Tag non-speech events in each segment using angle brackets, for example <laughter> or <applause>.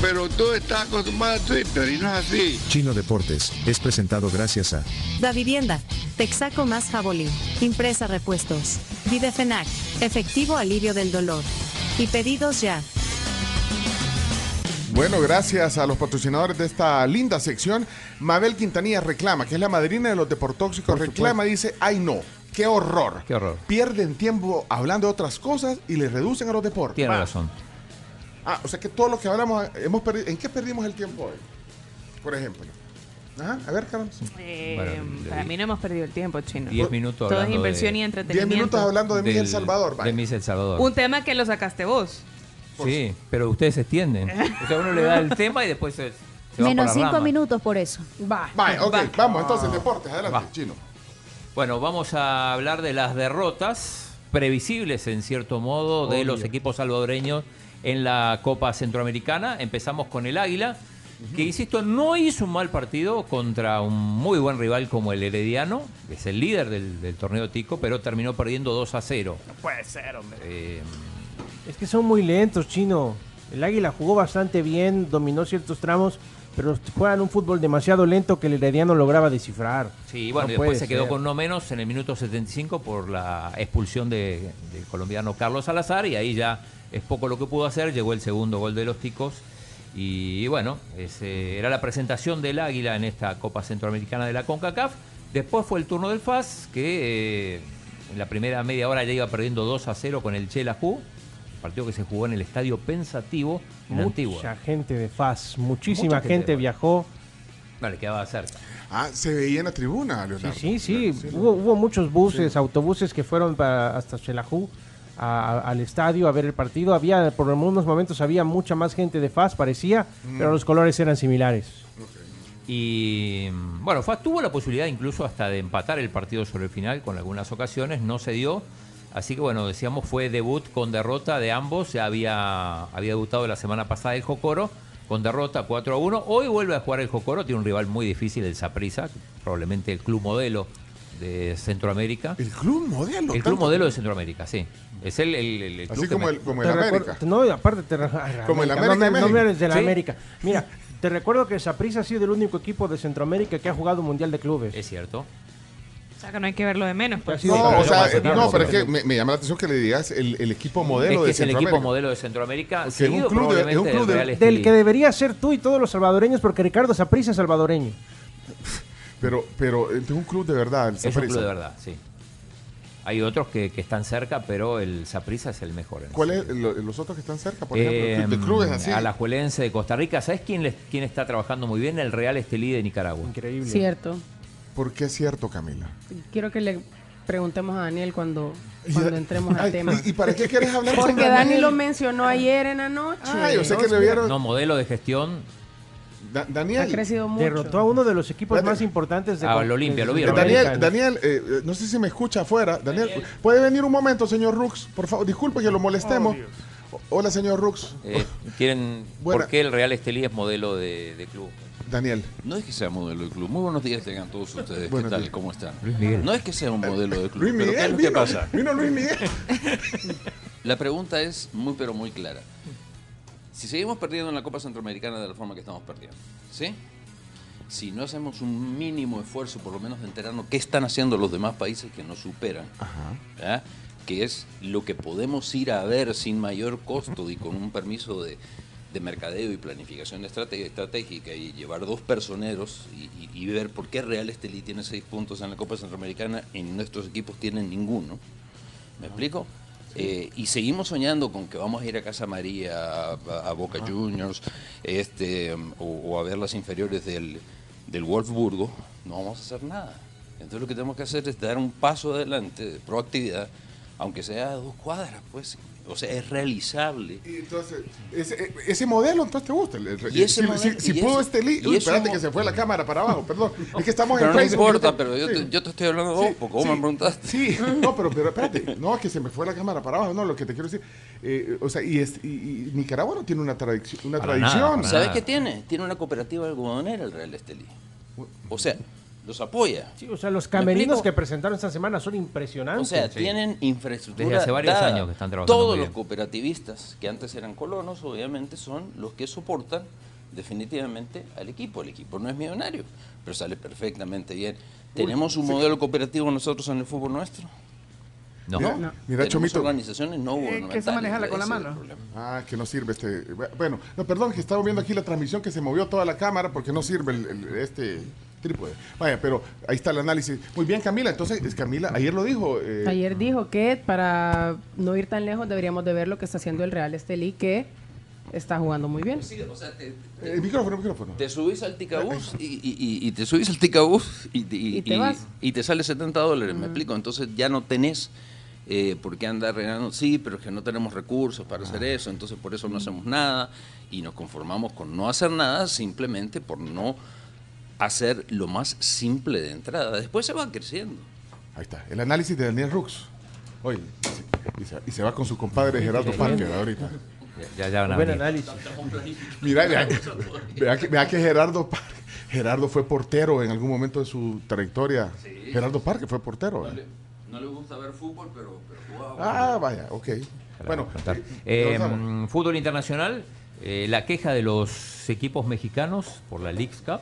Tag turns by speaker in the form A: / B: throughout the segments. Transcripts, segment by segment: A: Pero tú estás acostumbrado a Twitter y no es así.
B: Chino Deportes es presentado gracias a
C: Da Vivienda, Texaco más Jabolí, Impresa Repuestos, Videfenac, Efectivo Alivio del Dolor. Y pedidos ya.
D: Bueno, gracias a los patrocinadores de esta linda sección, Mabel Quintanilla reclama, que es la madrina de los deportóxicos, reclama, dice, ay no, qué horror.
E: Qué horror.
D: Pierden tiempo hablando de otras cosas y le reducen a los deportes.
E: Tiene
D: Ah,
E: razón.
D: Ah, o sea que todo lo que hablamos, hemos perdi- ¿en qué perdimos el tiempo hoy? Por ejemplo. Ajá, a ver, Carlos.
F: Eh,
E: Bueno,
F: para
E: y-
F: mí no hemos perdido el tiempo, chino.
E: 10 minutos
F: Todo es
E: hablando
F: inversión
E: de-
F: y
D: 10
F: entretenimiento.
D: minutos hablando de mí El
E: del-
D: Salvador. vaya.
E: De Miss El Salvador.
F: Un tema que lo sacaste vos.
E: Sí, pero ustedes se extienden. O sea, uno le da el tema y después se, se va por
G: Menos
E: las
G: cinco
E: ramas.
G: minutos por eso.
F: Va.
D: Vaya, ok,
F: va.
D: vamos, entonces, deportes, adelante,
E: Ah. Va.
D: chino.
E: Bueno, vamos a hablar de las derrotas previsibles, en cierto modo, de los equipos salvadoreños en la Copa Centroamericana. Empezamos con el Águila, que, insisto, no hizo un mal partido contra un muy buen rival como el Herediano, que es el líder del, del torneo tico, pero terminó perdiendo 2 a 0.
H: Puede ser, hombre.
E: Eh,
I: Es que son muy lentos, chino. El Águila jugó bastante bien, dominó ciertos tramos, pero juegan un fútbol demasiado lento que el Herediano lograba descifrar.
E: Sí, bueno,
I: No
E: y después
I: puede
E: se quedó
I: ser.
E: con no menos en el minuto 75 por la expulsión de- del colombiano Carlos Salazar y ahí ya es poco lo que pudo hacer, llegó el segundo gol de los ticos y bueno, ese era la presentación del Águila en esta Copa Centroamericana de la CONCACAF. Después fue el turno del FAS que eh, en la primera media hora ya iba perdiendo 2 a 0 con el Chelajú, partido que se jugó en el Estadio Pensativo en
I: Mucha
E: Antigua.
I: gente de FAS, muchísima
E: Mucha gente
I: gente,
E: de Faz.
I: viajó.
E: No, le quedaba cerca.
D: Ah, se veía en la tribuna,
I: Sí,
D: Leonardo.
I: sí, sí. Hubo, hubo muchos buses, autobuses que fueron para- hasta Chelajú a- a- al estadio a ver el partido. Había, por algunos momentos, había mucha más gente de FAS, parecía, pero los colores eran similares.
E: Y mm, bueno, Faz tuvo la posibilidad incluso hasta de empatar el partido sobre el final con algunas ocasiones, no se dio. Así que bueno, decíamos fue debut con derrota de ambos. Ya había, había debutado la semana pasada el Jocoro con derrota 4 a 1. Hoy vuelve a jugar el Jocoro, tiene un rival muy difícil, el Saprissa, probablemente el club modelo de Centroamérica.
D: El club modelo.
E: El club
D: tanto-
E: modelo de Centroamérica, sí. Es el, el, el- el club
D: Así
E: que
D: como
E: me-
D: el, como
I: Te
D: el
I: recuerdo-
D: América.
I: No, y aparte te re- ay,
D: Como el
I: no
D: América
I: me-
D: de
I: No, me
D: México.
I: hables de la
E: Sí.
I: América. Mira, te recuerdo que Saprissa ha sido el único equipo de Centroamérica que ha jugado Mundial de Clubes.
E: Es cierto.
F: O sea, que no hay que verlo de menos. pues.
I: Sí,
D: no,
I: pero
D: o
I: yo
D: sea,
I: voy a sacar
D: no,
I: los
D: pero es
I: otros.
D: que me, me llama la atención que le digas el, el equipo
E: Es
D: modelo
E: que
D: de
E: es el equipo
D: Centroamérica.
E: modelo de Centroamérica.
D: Porque es un
E: seguido
D: club de- es un
E: probablemente
D: club
E: del
D: de-
E: Real
I: Del
E: Estelí.
I: que debería ser tú y todos los salvadoreños, porque Ricardo Saprissa es salvadoreño.
D: Pero, pero es un club de verdad, el
E: Es un
D: Saprissa.
E: club de verdad, sí. Hay otros que, que están cerca, pero el Saprissa es el mejor. en
D: ¿Cuál
E: ese
D: es lo- los otros que están cerca? Por
E: Eh,
D: ejemplo, el club de clubes así.
E: A la Juelense de Costa Rica, ¿sabes quién, les- quién está trabajando muy bien? El Real Estelí de Nicaragua.
I: Increíble.
J: Cierto.
D: ¿Por qué es cierto, Camila?
J: Quiero que le preguntemos a Daniel cuando,
D: Y-
J: cuando entremos
D: ay,
J: al tema.
D: ¿Y, y para qué quieres hablar con
J: Porque Dani
D: Daniel?
J: lo mencionó ayer en la noche.
D: Ay, o sea que le vieron.
E: No, modelo de gestión.
D: Da-
J: Ha
D: Daniel,
J: crecido mucho.
I: Derrotó a uno de los equipos
D: Dale.
I: más importantes de
E: Ah, al Olimpia, lo vi,
D: Eh,
E: Pero
D: Daniel, Daniel, eh, eh, no sé si me escucha afuera. Daniel, ¿puede venir un momento, señor Rux? Por favor, disculpe que lo molestemos. O- Hola, señor Rux. <laughs>
E: eh, quieren,
D: Buena.
E: ¿Por qué el Real Estelí es modelo de, de club?
D: Daniel.
K: No es que sea modelo de club. Muy buenos días tengan todos ustedes.
D: Buenos
K: ¿Qué tal?
D: días.
K: ¿Cómo están?
E: Luis Miguel.
K: No es que sea un modelo de club.
D: Luis
K: pero
D: Miguel.
K: ¿qué es lo
D: vino,
K: que pasa?
D: Vino <laughs> Luis Miguel.
K: La pregunta es muy pero muy clara. Si seguimos perdiendo en la Copa Centroamericana de la forma que estamos perdiendo, ¿sí? Si no hacemos un mínimo esfuerzo, por lo menos de enterarnos qué están haciendo los demás países que nos superan, ¿verdad? que es lo que podemos ir a ver sin mayor costo y con un permiso de, de mercadeo y planificación estrate- estratégica y llevar dos personeros y, y- y ver por qué Real Estelí tiene seis puntos en la Copa Centroamericana y nuestros equipos tienen ninguno. ¿Me explico? Eh, y seguimos soñando con que vamos a ir a Casa María, a, a Boca Juniors, este, mm, o, o a ver las inferiores del, del Wolfsburgo. No vamos a hacer nada. Entonces lo que tenemos que hacer es dar un paso adelante de proactividad, aunque sea a dos cuadras, pues, O sea, es realizable.
D: Y entonces, ese, ese modelo entonces te gusta. El- el-
K: Y ese
D: si si-
K: modelo-
D: si
K: y
D: pudo
K: ese-
D: este li-
K: y
D: Uy,
K: ese
D: espérate
K: mo-
D: que se fue la cámara para abajo,
K: <laughs>
D: perdón. Es que estamos
K: Pero
D: en
K: no
D: Facebook.
K: importa, pero yo te-
D: Sí.
K: yo te estoy hablando a vos, ¿cómo me preguntaste? <laughs>
D: Sí, no, pero, pero espérate. No, que se me fue la cámara para abajo. No, lo que te quiero decir. eh, o sea, y, es- y- y Nicaragua no tiene una, tradici- una tradición.
E: Ah.
K: ¿Sabes qué tiene? Tiene una cooperativa algodonera el Real Estelí. O sea, los apoya.
I: Sí, o sea, los
K: ¿Me
I: camerinos
K: explico?
I: que presentaron esta semana son impresionantes.
K: O sea, tienen infraestructura.
E: Desde hace varios
K: dada.
E: años que están trabajando
K: Todos
E: muy
K: los
E: bien.
K: cooperativistas que antes eran colonos, obviamente, son los que soportan definitivamente al equipo. El equipo no es millonario, pero sale perfectamente bien. ¿Tenemos un
D: sí.
K: modelo cooperativo nosotros en el fútbol nuestro?
E: No.
D: Mira, mira,
K: Tenemos
D: Chomito.
K: organizaciones no gubernamentales. ese es el problema.
D: Ah, que no sirve este. Bueno, no, perdón, que estamos viendo aquí la transmisión que se movió toda la cámara porque no sirve el- el- este trípode. Vaya, pero ahí está el análisis. Muy bien, Camila. Entonces, es Camila, ayer lo dijo. eh,
J: Ayer dijo que para no ir tan lejos deberíamos de ver lo que está haciendo el Real Estelí, que está jugando muy bien.
K: Sí, o sea, te,
D: eh, El micrófono, micrófono.
K: te subís al ticabús y, y- y- y te subís al ticabús y, te- y-
J: Y te
K: y-
J: vas.
K: y te sale 70 dólares, me explico. Entonces ya no tenés eh, por qué andar renando. Sí, pero es que no tenemos recursos para
D: Ah.
K: hacer eso, entonces por eso no hacemos nada y nos conformamos con no hacer nada simplemente por no hacer lo más simple de entrada. Después se va creciendo.
D: Ahí está, el análisis de Daniel Rux. Oye, y se- y se, y se va con su compadre Gerardo Parker ahorita.
E: Ya, ya van a
I: Buen
E: venir.
I: análisis.
D: Mira, vea, vea que, vea que Gerardo Par- Gerardo fue portero en algún momento de su trayectoria. Gerardo Parque fue portero. ¿eh?
K: No le gusta ver fútbol, pero,
D: Ah, vaya, ok. Bueno,
E: Eh,
D: eh, avanzamos.
E: mm, fútbol internacional, eh, la queja de los equipos mexicanos por la League Cup.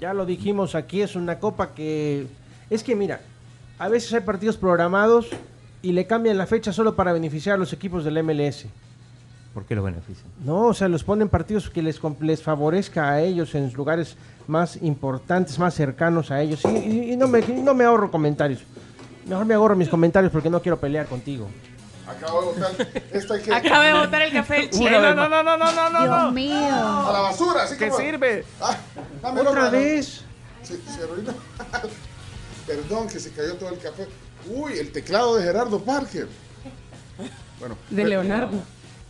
I: Ya lo dijimos aquí, es una copa que... Es que mira, a veces hay partidos programados y le cambian la fecha solo para beneficiar a los equipos del MLS.
E: ¿Por qué los benefician?
I: No, o sea, los ponen partidos que les, com- les favorezca a ellos en lugares más importantes, más cercanos a ellos. Y, y- y no, me, y no me ahorro comentarios. Mejor me ahorro mis comentarios porque no quiero pelear contigo.
D: acabo de votar. Esta hay que.
F: Acaba de botar el café el chino. No, no, no, no, no, no, no.
L: Dios mío.
D: A la basura, así
F: ¿Qué
D: como-
F: sirve?
D: Ah, dame
I: Otra
D: otra, ¿no?
I: vez.
D: Se, se arruinó. Perdón que se cayó todo el café. Uy, el teclado de Gerardo Parker. Bueno,
J: De
D: pe-
J: Leonardo.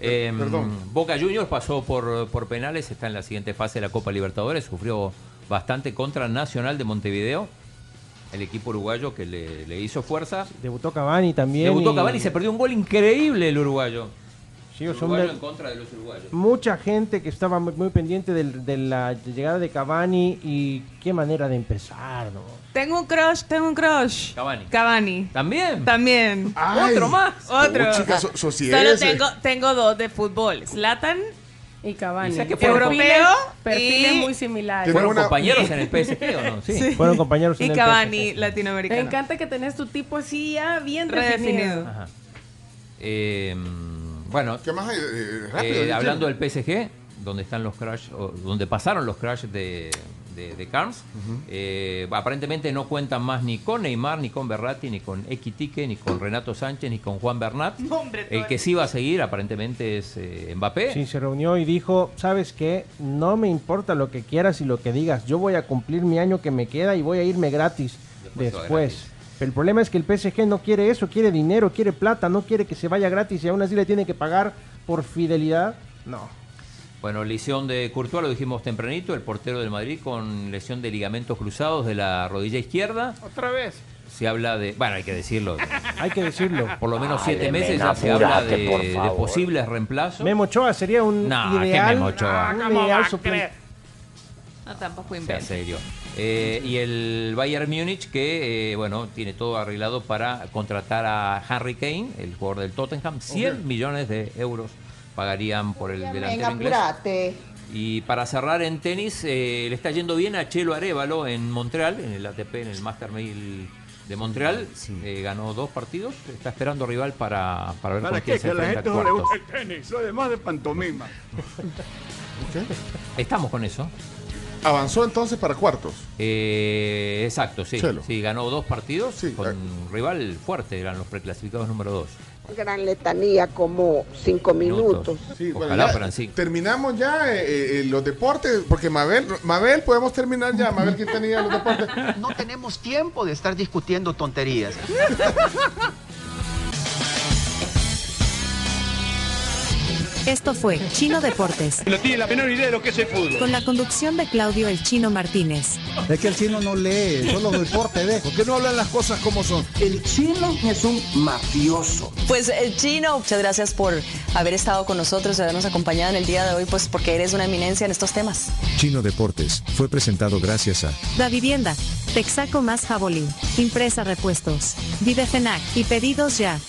E: Eh,
D: perdón.
E: Boca Juniors pasó por, por penales, está en la siguiente fase de la Copa Libertadores, sufrió bastante contra Nacional de Montevideo, el equipo uruguayo que le, le hizo fuerza.
I: Debutó Cavani también.
E: Debutó
I: y-
E: Cavani, se perdió un gol increíble el uruguayo.
I: Sí, o sea, un
E: uruguayo
I: de-
E: en contra de los uruguayos.
I: mucha gente que estaba muy, muy pendiente del- de la llegada de Cavani y qué manera de empezar, ¿no?
F: Tengo un crush, tengo un crush.
E: Cavani.
F: Cavani.
E: También.
F: También.
D: Ay.
E: Otro más.
F: Otro.
D: Oh, chica, so- so si
F: Solo
D: es, eh.
F: tengo, tengo dos de fútbol. Zlatan,
J: Y Cavani.
E: O sea, que fueron
F: europeo
J: Perfiles
F: y,
J: muy similares.
D: Tiene
E: Fueron
D: una-
E: compañeros en el PSG o no, sí.
I: Fueron compañeros en
F: y
I: el
F: Cavani,
I: PSG.
J: Me
F: latinoamericano.
J: encanta que tenés tu tipo así ya bien
F: Redefinido.
J: definido.
E: Ajá. Eh, mm, bueno,
D: ¿Qué más hay? Eh, rápido,
E: eh,
D: yo
E: hablando
D: quiero.
E: del PSG, donde están los crash, o donde pasaron los crash de, de, de Carnes, eh, aparentemente no cuentan más ni con Neymar, ni con Berratti, ni con Equitique, ni con Renato Sánchez, ni con Juan Bernat.
F: No, hombre, todo
E: el que
F: el-
E: sí va a seguir aparentemente es eh, Mbappé.
I: Sí, se reunió y dijo, ¿sabes qué? No me importa lo que quieras y lo que digas, yo voy a cumplir mi año que me queda y voy a irme gratis
E: Después
I: después.
E: se va gratis.
I: Pero el problema es que el PSG no quiere eso, quiere dinero, quiere plata, no quiere que se vaya gratis y aún así le tiene que pagar por fidelidad. No.
E: Bueno, lesión de Courtois, lo dijimos tempranito, el portero del Madrid con lesión de ligamentos cruzados de la rodilla izquierda.
H: Otra vez.
E: Se habla de, bueno, hay que decirlo,
F: <laughs>
E: de-
I: Hay que
E: <laughs>
I: decirlo.
E: por lo menos
G: Ay,
E: siete
G: men,
E: meses ya se
G: apúrate,
E: habla de,
G: por
E: de
G: favor.
E: posibles reemplazos.
I: Memo Ochoa sería un
E: No, ¿qué
I: ideal,
E: Memo Ochoa?
I: un
F: Ah, ¿cómo
I: ideal
F: va a
I: suplente.
F: creer? No, tampoco
E: sea
F: invento.
E: serio. Eh, y el Bayern Múnich que, eh, bueno, tiene todo arreglado para contratar a Harry Kane, el jugador del Tottenham. 100 millones de euros pagarían por el delantero inglés. Y para cerrar en tenis, eh, le está yendo bien a Chelo Arevalo en Montreal, en el ATP, en el Master 1000 de Montreal. Eh, ganó dos partidos, está esperando rival para, para ver
G: ¿Para
E: con
G: qué?
E: quién se
G: Que a la
E: enfrenta
G: gente no
E: a
G: le
E: cuartos.
G: gusta el tenis, lo demás de pantomima.
E: <laughs> Estamos con eso.
D: Avanzó entonces para cuartos.
E: Eh, exacto, sí.
D: Chelo.
E: Sí, ganó dos partidos
D: Sí,
E: con
D: eh.
E: un rival fuerte, eran los preclasificados número dos.
M: gran letanía como cinco minutos.
D: Sí, bueno,
E: Ojalá
D: ya
E: fueran cinco.
D: Terminamos ya eh, eh, los deportes, porque Mabel, Mabel, podemos terminar ya. Mabel, ¿quién tenía los deportes?
N: No tenemos tiempo de estar discutiendo tonterías.
C: Esto fue Chino Deportes,
G: No tiene la menor idea de lo que es el fútbol.
C: con la conducción de Claudio El Chino Martínez.
L: Es que el chino no lee, solo deporte ve. ¿Por qué no hablan las cosas como son? El chino es un mafioso.
O: Pues eh, Chino, muchas gracias por haber estado con nosotros y habernos acompañado en el día de hoy, pues porque eres una eminencia en estos temas.
B: Chino Deportes fue presentado gracias a
C: Da Vivienda, Texaco más Jabolín, Impresa Repuestos, Videfenac y Pedidos Ya.